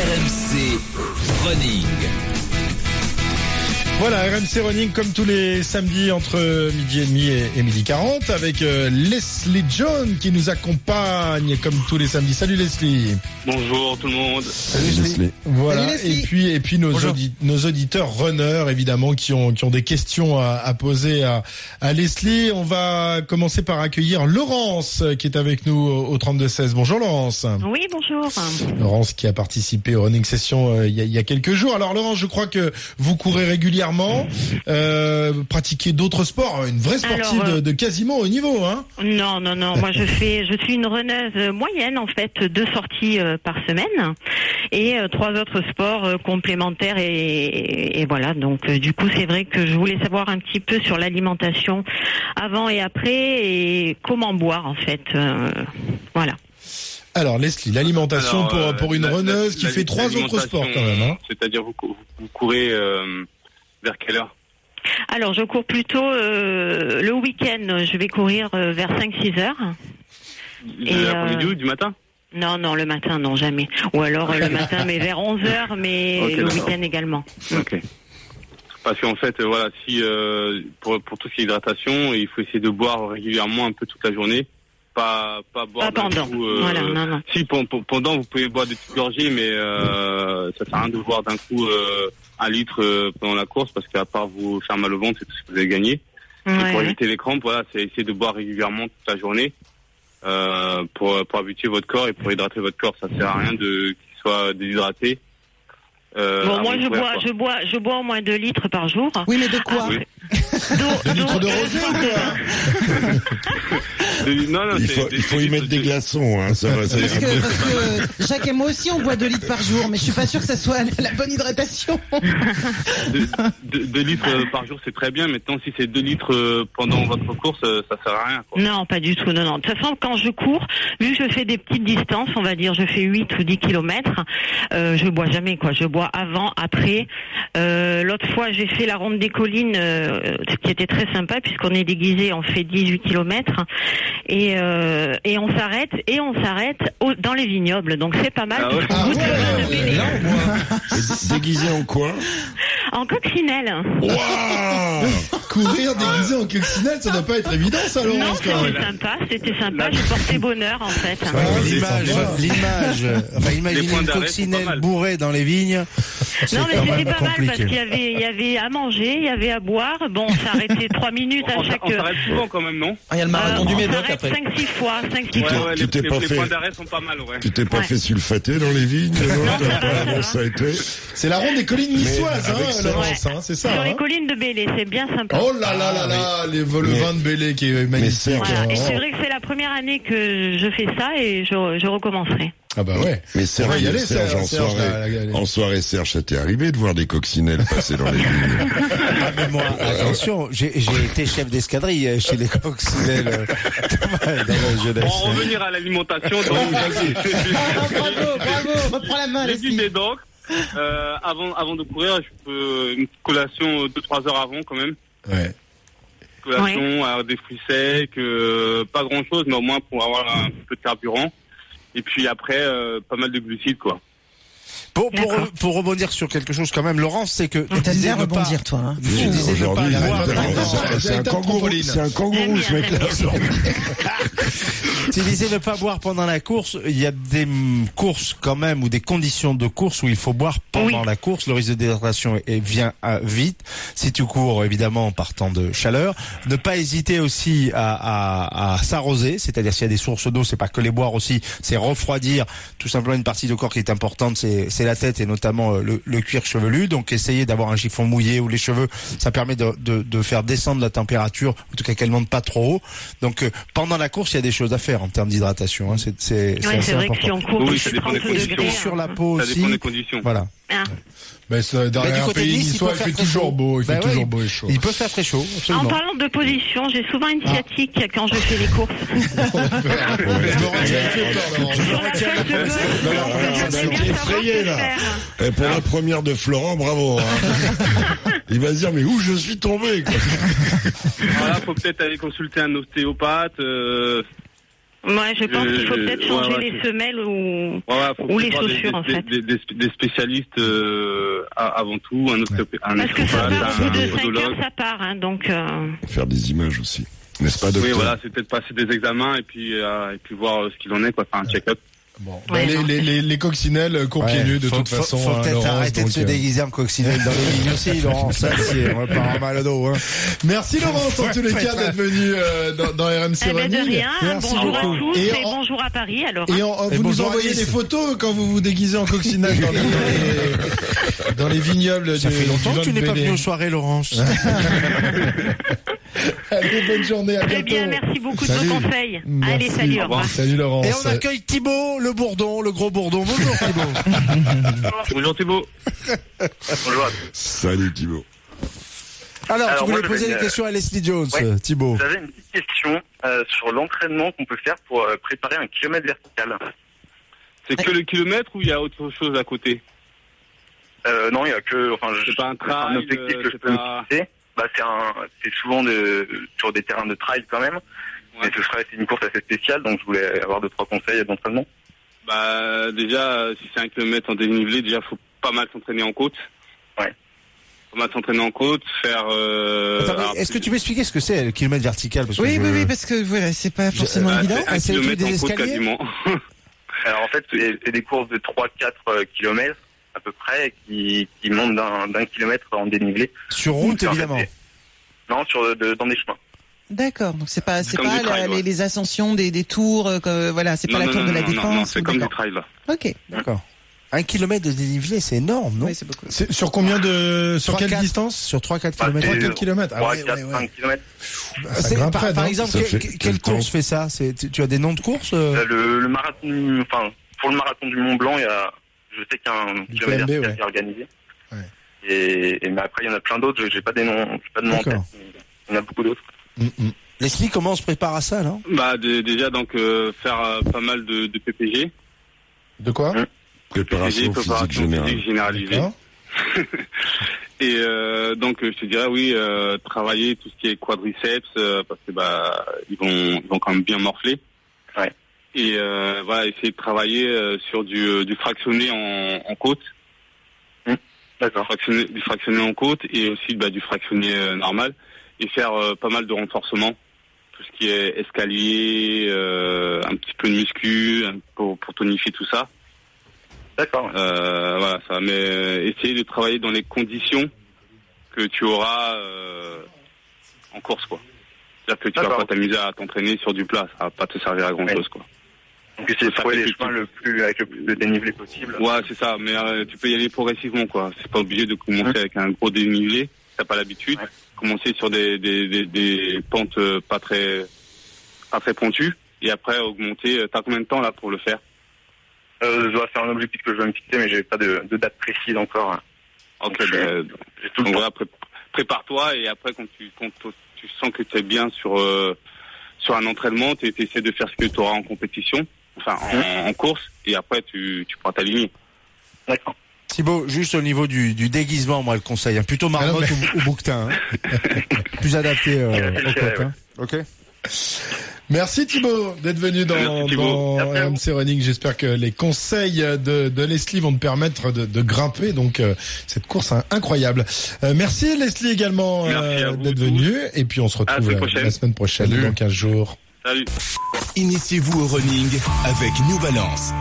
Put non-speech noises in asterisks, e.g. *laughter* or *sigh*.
RMC Running. Voilà, RMC Running comme tous les samedis entre midi et demi et, et midi 40 avec euh, Leslie John qui nous accompagne comme tous les samedis. Salut Leslie. Bonjour tout le monde. Voilà, Salut Leslie. et puis et puis nos, Bonjour. audi- nos auditeurs runners évidemment qui ont qui ont des questions à, à poser à, à Leslie. On va commencer par accueillir Laurence euh, qui est avec nous au, au 32 16. Bonjour Laurence. Oui, bonjour. Laurence qui a participé au Running Session euh, il y, a, il y a quelques jours. Alors Laurence, je crois que vous courez régulièrement, euh, pratiquez d'autres sports, hein, une vraie sportive Alors, euh, de, de quasiment haut niveau. Hein Non, non, non. Moi, je fais, je suis une runneuse moyenne en fait, deux sorties euh, par semaine et euh, trois autres sports euh, complémentaires et, et voilà. Donc, euh, du coup, c'est vrai que je voulais savoir un petit peu sur l'alimentation avant et après et comment boire en fait. euh, voilà. Alors Leslie, l'alimentation Alors, pour, euh, pour une la- la- runneuse qui la- fait trois autres l'alimentation, sports quand même. Hein C'est-à-dire vous, cou- vous courez euh, vers quelle heure Alors, je cours plutôt euh, le week-end. Je vais courir euh, vers 5-6 heures. De Et, euh, l'après-midi ou du matin Non, non, le matin, non, jamais. Ou alors *laughs* euh, le matin, mais vers 11 heures, mais Ok, le d'accord. week-end également. Ok. Parce qu'en fait, euh, voilà, si euh, pour, pour tout ce qui est hydratation, il faut essayer de boire régulièrement un peu toute la journée, pas pas boire Pas d'un pendant. coup, euh, Voilà, non, non. Si pen- pen- pendant vous pouvez boire des petites gorgées, mais euh, ça sert à rien de boire d'un coup euh, un litre euh, pendant la course parce qu'à part vous faire mal au ventre, c'est tout ce que vous avez gagné. Et Ouais, pour ouais. éviter les crampes, voilà, c'est essayer de boire régulièrement toute la journée euh, pour, pour habituer votre corps et pour hydrater votre corps. Ça sert à rien de qu'il soit déshydraté. Euh, Bon, avant moi, de je courir, bois, quoi. je bois, je bois au moins 2 litres par jour. Oui, mais de quoi Ah Oui. D'eau- Deux litres de d'eau- rosé ou quoi De- non, non, Il c'est- faut, c'est- il faut y c'est- mettre des c'est- glaçons, hein, ça va. ça parce ira que, mieux. parce que Jacques et moi aussi on boit 2 litres par jour, mais je suis pas sûre que ça soit la *laughs* bonne hydratation. Ah, de- de- Deux litres euh, par jour, c'est très bien. Maintenant, si c'est deux litres euh, pendant votre course, euh, ça sert à rien. Quoi. Non, pas du tout, non, non. De toute façon, quand je cours, vu que je fais des petites distances, on va dire, je fais 8 ou 10 kilomètres, euh, je bois jamais, quoi. Je bois avant, après. Euh, L'autre fois, j'ai fait la ronde des collines, euh, ce qui était très sympa, puisqu'on est déguisé, on fait 18 kilomètres, et, euh, et on s'arrête, et on s'arrête au- dans les vignobles. Donc, c'est pas mal, Ah ouais. puisqu'on goûte le vin de Bélé. Là, on boit. Et Déguisé en quoi En coccinelle. Waouh Courir déguisé en coccinelle, ça doit pas être évident ça Non, Laurence quand c'était même. sympa, c'était sympa, j'ai porté bonheur en fait. Ouais, Ouais, c'est l'image, sympa. l'image. Enfin, Les imaginez points d'arrêt, une c'est pas coccinelle mal. bourrée dans les vignes. C'est Non mais quand c'était même pas mal parce compliqué. qu'il y avait, il y avait à manger, il y avait à boire. Bon, on s'arrêtait trois minutes à On, chaque. on s'arrête souvent quand même, non Il y a le euh, Ah, on s'arrête cinq six fois, cinq six Ouais, fois. ouais, tu les, t'es les- pas les fait- points d'arrêt sont pas mal, ouais. Tu t'es pas Ouais. fait sulfater dans *laughs* les vignes Non, t'as pas ça va. été. C'est la ronde des collines niçoises, avec hein, ça- Laurence, hein, c'est ça. Sur hein. les collines de Bélé, c'est bien sympa. Oh là là là là, les, le Mais- vin de Bélé qui est magnifique. Serge, Voilà. hein. Et c'est vrai que c'est la première année que je fais ça et je, je recommencerai. Ah bah ouais. On Mais va Serge, y aller, Serge, Serge, en Serge, soirée, là, là, là. en soirée, Serge, ça t'est arrivé de voir des coccinelles passer dans les *laughs* vignes Ah, mais moi, attention, j'ai j'ai été chef d'escadrille euh, chez les coccinelles euh, dans la Pour jeunesse. en revenir à l'alimentation, donc, *laughs* *laughs* Ah, bravo, bravo, reprends la main, Légumes Leslie. et donc, euh, avant, avant de courir, je peux euh, une petite collation 2-3 heures avant quand même. Ouais. Collation, alors des fruits secs, euh, pas grand chose, mais au moins pour avoir un petit peu de carburant. Et puis après, euh, pas mal de glucides, quoi. Pour, pour, D'accord. pour rebondir sur quelque chose quand même, Laurence, c'est que tu disais ne pas- toi. Hein. tu disais ne pas Aujourd'hui, il boire est vraiment. avant. tellement- c'est un Véritable kangourou, trampoline. c'est un kangourou, ce J'aime bien, mec-là. j'aime Tu disais ne pas boire pendant la course. Il y a des mm, courses quand même ou des conditions de course où il faut boire pendant Oui. la course. Le risque de déshydratation est- euh, vient à vite. Si tu cours évidemment en partant de chaleur, ne pas hésiter aussi à, à- à s'arroser. C'est-à-dire s'il y a des sources d'eau, c'est pas que les boire aussi, c'est refroidir tout simplement une partie du corps qui est importante. C'est c'est la tête et notamment euh, le, le cuir chevelu. Donc essayez d'avoir un chiffon mouillé ou les cheveux. Ça permet de, de- de faire descendre la température, en tout cas qu'elle monte pas trop haut. Donc euh, pendant la course, il y a des choses à faire en termes d'hydratation. hein. C'est c'est- c'est Ouais, assez c'est vrai que si important. on court Oui, plus ça de dépend 30 des degrés conditions. sur la peau Ça aussi. dépend des conditions. Voilà. hein. Ben, ça, dans Bah, du un côté pays nice, il niçois, peut il fait faire très toujours chaud. beau, il fait Bah ouais, toujours il- beau et chaud. Il peut faire très chaud, En absolument. parlant de position, j'ai souvent une sciatique quand je fais les courses. Sur la retire la feuille de position. bœuf, Non, non, non, je non, sais bien t'es savoir ce effrayé, que là. faire. Et pour la première de Florent, *laughs* bravo. hein. Il va se dire, mais où je suis tombé quoi. Voilà, faut peut-être aller consulter un ostéopathe, euh, Ouais, je pense qu'il faut Euh, peut-être ouais, changer ouais, les c'est- semelles ou. Ouais, ouais, faut Ou les voir des- chaussures, des, en des- fait. Des, des- des spécialistes euh, a- avant tout, un ostéop- un Parce que ça ostéopathe, part, au bout un de 5 podologue. heures, ça part, hein, donc. euh, Faire des images aussi. N'est-ce pas, docteur Oui, voilà, c'est peut-être passer des examens et puis, euh, et puis voir euh, ce qu'il en est, quoi, faire un check-up. Bon, Ouais, bah, les, non. les, les, les coccinelles courent pieds Ouais, nus de faut- toute faut- façon. Faut hein, peut-être Laurence, arrêter de donc, se euh, déguiser en coccinelle dans *laughs* les lignes aussi, Laurent. Ça, c'est, on va pas avoir mal au dos, hein. Merci Laurence en tous les cas d'être venu euh, dans, dans RMC Eh ben, de Running. rien, Merci bonjour à beaucoup. tous Et et en- bonjour à Paris, alors. Et en- Et vous nous bonjour envoyez Alice. des photos quand vous vous déguisez en coccinelle dans les, dans les- dans les vignobles. Ça du- fait longtemps du que tu n'es pas Lot-Bélé. venu aux soirées, Laurence. Allez, bonne journée, à Très bientôt. bien, merci beaucoup Salut. de vos conseils. Merci. Allez, salut, Au au revoir. revoir. Salut Laurence. Et on accueille Thibaut, le bourdon, le gros bourdon. Bonjour *laughs* Thibaut. Bonjour Thibaut. Bonjour à tous. Salut, Thibaut. Alors, Alors, tu voulais moi, poser j'avais des une- questions à Leslie Jones, Ouais. euh, Thibaut. J'avais une petite question euh, sur l'entraînement qu'on peut faire pour euh, préparer un kilomètre vertical. C'est que le kilomètre ou il y a autre chose à côté Euh, non, il n'y a que. Enfin, je- C'est pas un c'est un trail, objectif euh, que je c'est peux pas- me fixer. Bah, c'est un, c'est souvent de, sur des terrains de trail quand même. Mais ce serait c'est une course assez spéciale, donc je voulais avoir deux trois conseils d'entraînement. Bah déjà, euh, si c'est un kilomètre en dénivelé, déjà faut pas mal s'entraîner en côte. Ouais. Pas mal s'entraîner en côte, faire. Euh, Attends, mais alors, Est-ce que plus- tu peux expliquer ce que c'est le kilomètre vertical parce que Oui, je- oui, oui, parce que voilà, c'est pas forcément Bah, évident. c'est Ah, un c'est le truc kilomètre des en côte escaliers quasiment. Alors en fait, c'est c'est des courses de 3-4 kilomètres à peu près qui, qui montent d'un d'un kilomètre en dénivelé. Sur route, En fait, évidemment. c'est- Non, sur de- dans des chemins. D'accord, donc c'est pas, c'est comme pas du la- trail, les, ouais. les ascensions des, des tours, euh, que- voilà, c'est pas Non, la non, tour non, de la non, non, défense. non, c'est ou- comme du d'accord. trail. là. Ok, D'accord. Un kilomètre de dénivelé, c'est énorme, non oui, c'est beaucoup. C'est- Sur combien de. Sur Trois, quelle quatre. distance Sur 3-4 Bah, kilomètres. c'est- 3-4 km. Ah 3, ouais, 4, ouais, ouais. 5 km. Ça C'est- grimpe par, raide, par hein. exemple, Ça que- fait que- quel quelle temps course fait ça C'est- tu, tu as des noms de courses euh Euh, Le, le marathon, enfin, pour le marathon du Mont Blanc, il y a, je sais qu'il y a un kilomètre PMB, vertical ouais. qui est organisé. Ouais. Et, et mais après, il y en a plein d'autres. je- J'ai pas des noms, j'ai pas de noms en tête. D'accord. mais Il y en a beaucoup d'autres. Mm, mm. Leslie, comment on se prépare à ça, non Bah de- déjà donc euh, faire euh, pas mal de, de PPG. De quoi Préparation PPG, physique générale. généralisée. D'accord. Et euh, donc euh, je te dirais oui, euh, travailler tout ce qui est quadriceps euh, parce que bah ils vont ils vont quand même bien morfler. Ouais. Et euh, voilà, essayer de travailler euh, sur du, euh, du fractionné en, en côte, Hum, D'accord. fractionné, du fractionné en côte et aussi bah, du fractionné euh, normal et faire euh, pas mal de renforcement, tout ce qui est escalier, euh, un petit peu de muscu hein, pour, pour tonifier tout ça. D'accord. Euh, voilà, ça. Mais euh, essayer de travailler dans les conditions que tu auras euh, en course, quoi. C'est-à-dire que tu vas D'accord. pas t'amuser à t'entraîner sur du plat, ça va pas te servir à grand chose, quoi. Donc, essayer de ça trouver fait les plus- chemins le plus, avec le plus de dénivelé possible. Ouais, c'est ça. Mais euh, tu peux y aller progressivement, quoi. C'est pas obligé de commencer avec un gros dénivelé. T'as pas l'habitude. Ouais. Commencer sur des, des, des, des pentes euh, pas très, pas très pointues. Et après, augmenter. Euh, T'as combien de temps, là, pour le faire? Euh, je dois faire un objectif que je veux me fixer, mais j'ai pas de, de date précise encore. Ok, Ok. ben, J'ai tout le Donc temps. voilà, pré- prépare-toi et après quand tu quand t- tu sens que tu es bien sur euh, sur un entraînement, tu essaies de faire ce que tu auras en compétition, enfin Hein en, en course et après tu tu pourras t'aligner. D'accord. Thibaut, juste au niveau du, du déguisement, moi, le conseil. hein. Plutôt marmotte Ah ou, ou bouquetin. hein. Plus adapté euh, *laughs* Ouais, au ouais. coq. hein. Ok. Merci Thibaut d'être venu dans, Merci Thibaut. dans Merci à vous. RMC Running. J'espère que les conseils de, de Leslie vont te permettre de, de grimper donc euh, cette course hein, incroyable. Euh, merci Leslie également euh, Merci à vous d'être tous. venue et puis on se la retrouve semaine euh, prochaine. la semaine prochaine Salut. dans 15 jours. Salut. Initiez-vous au running avec New Balance.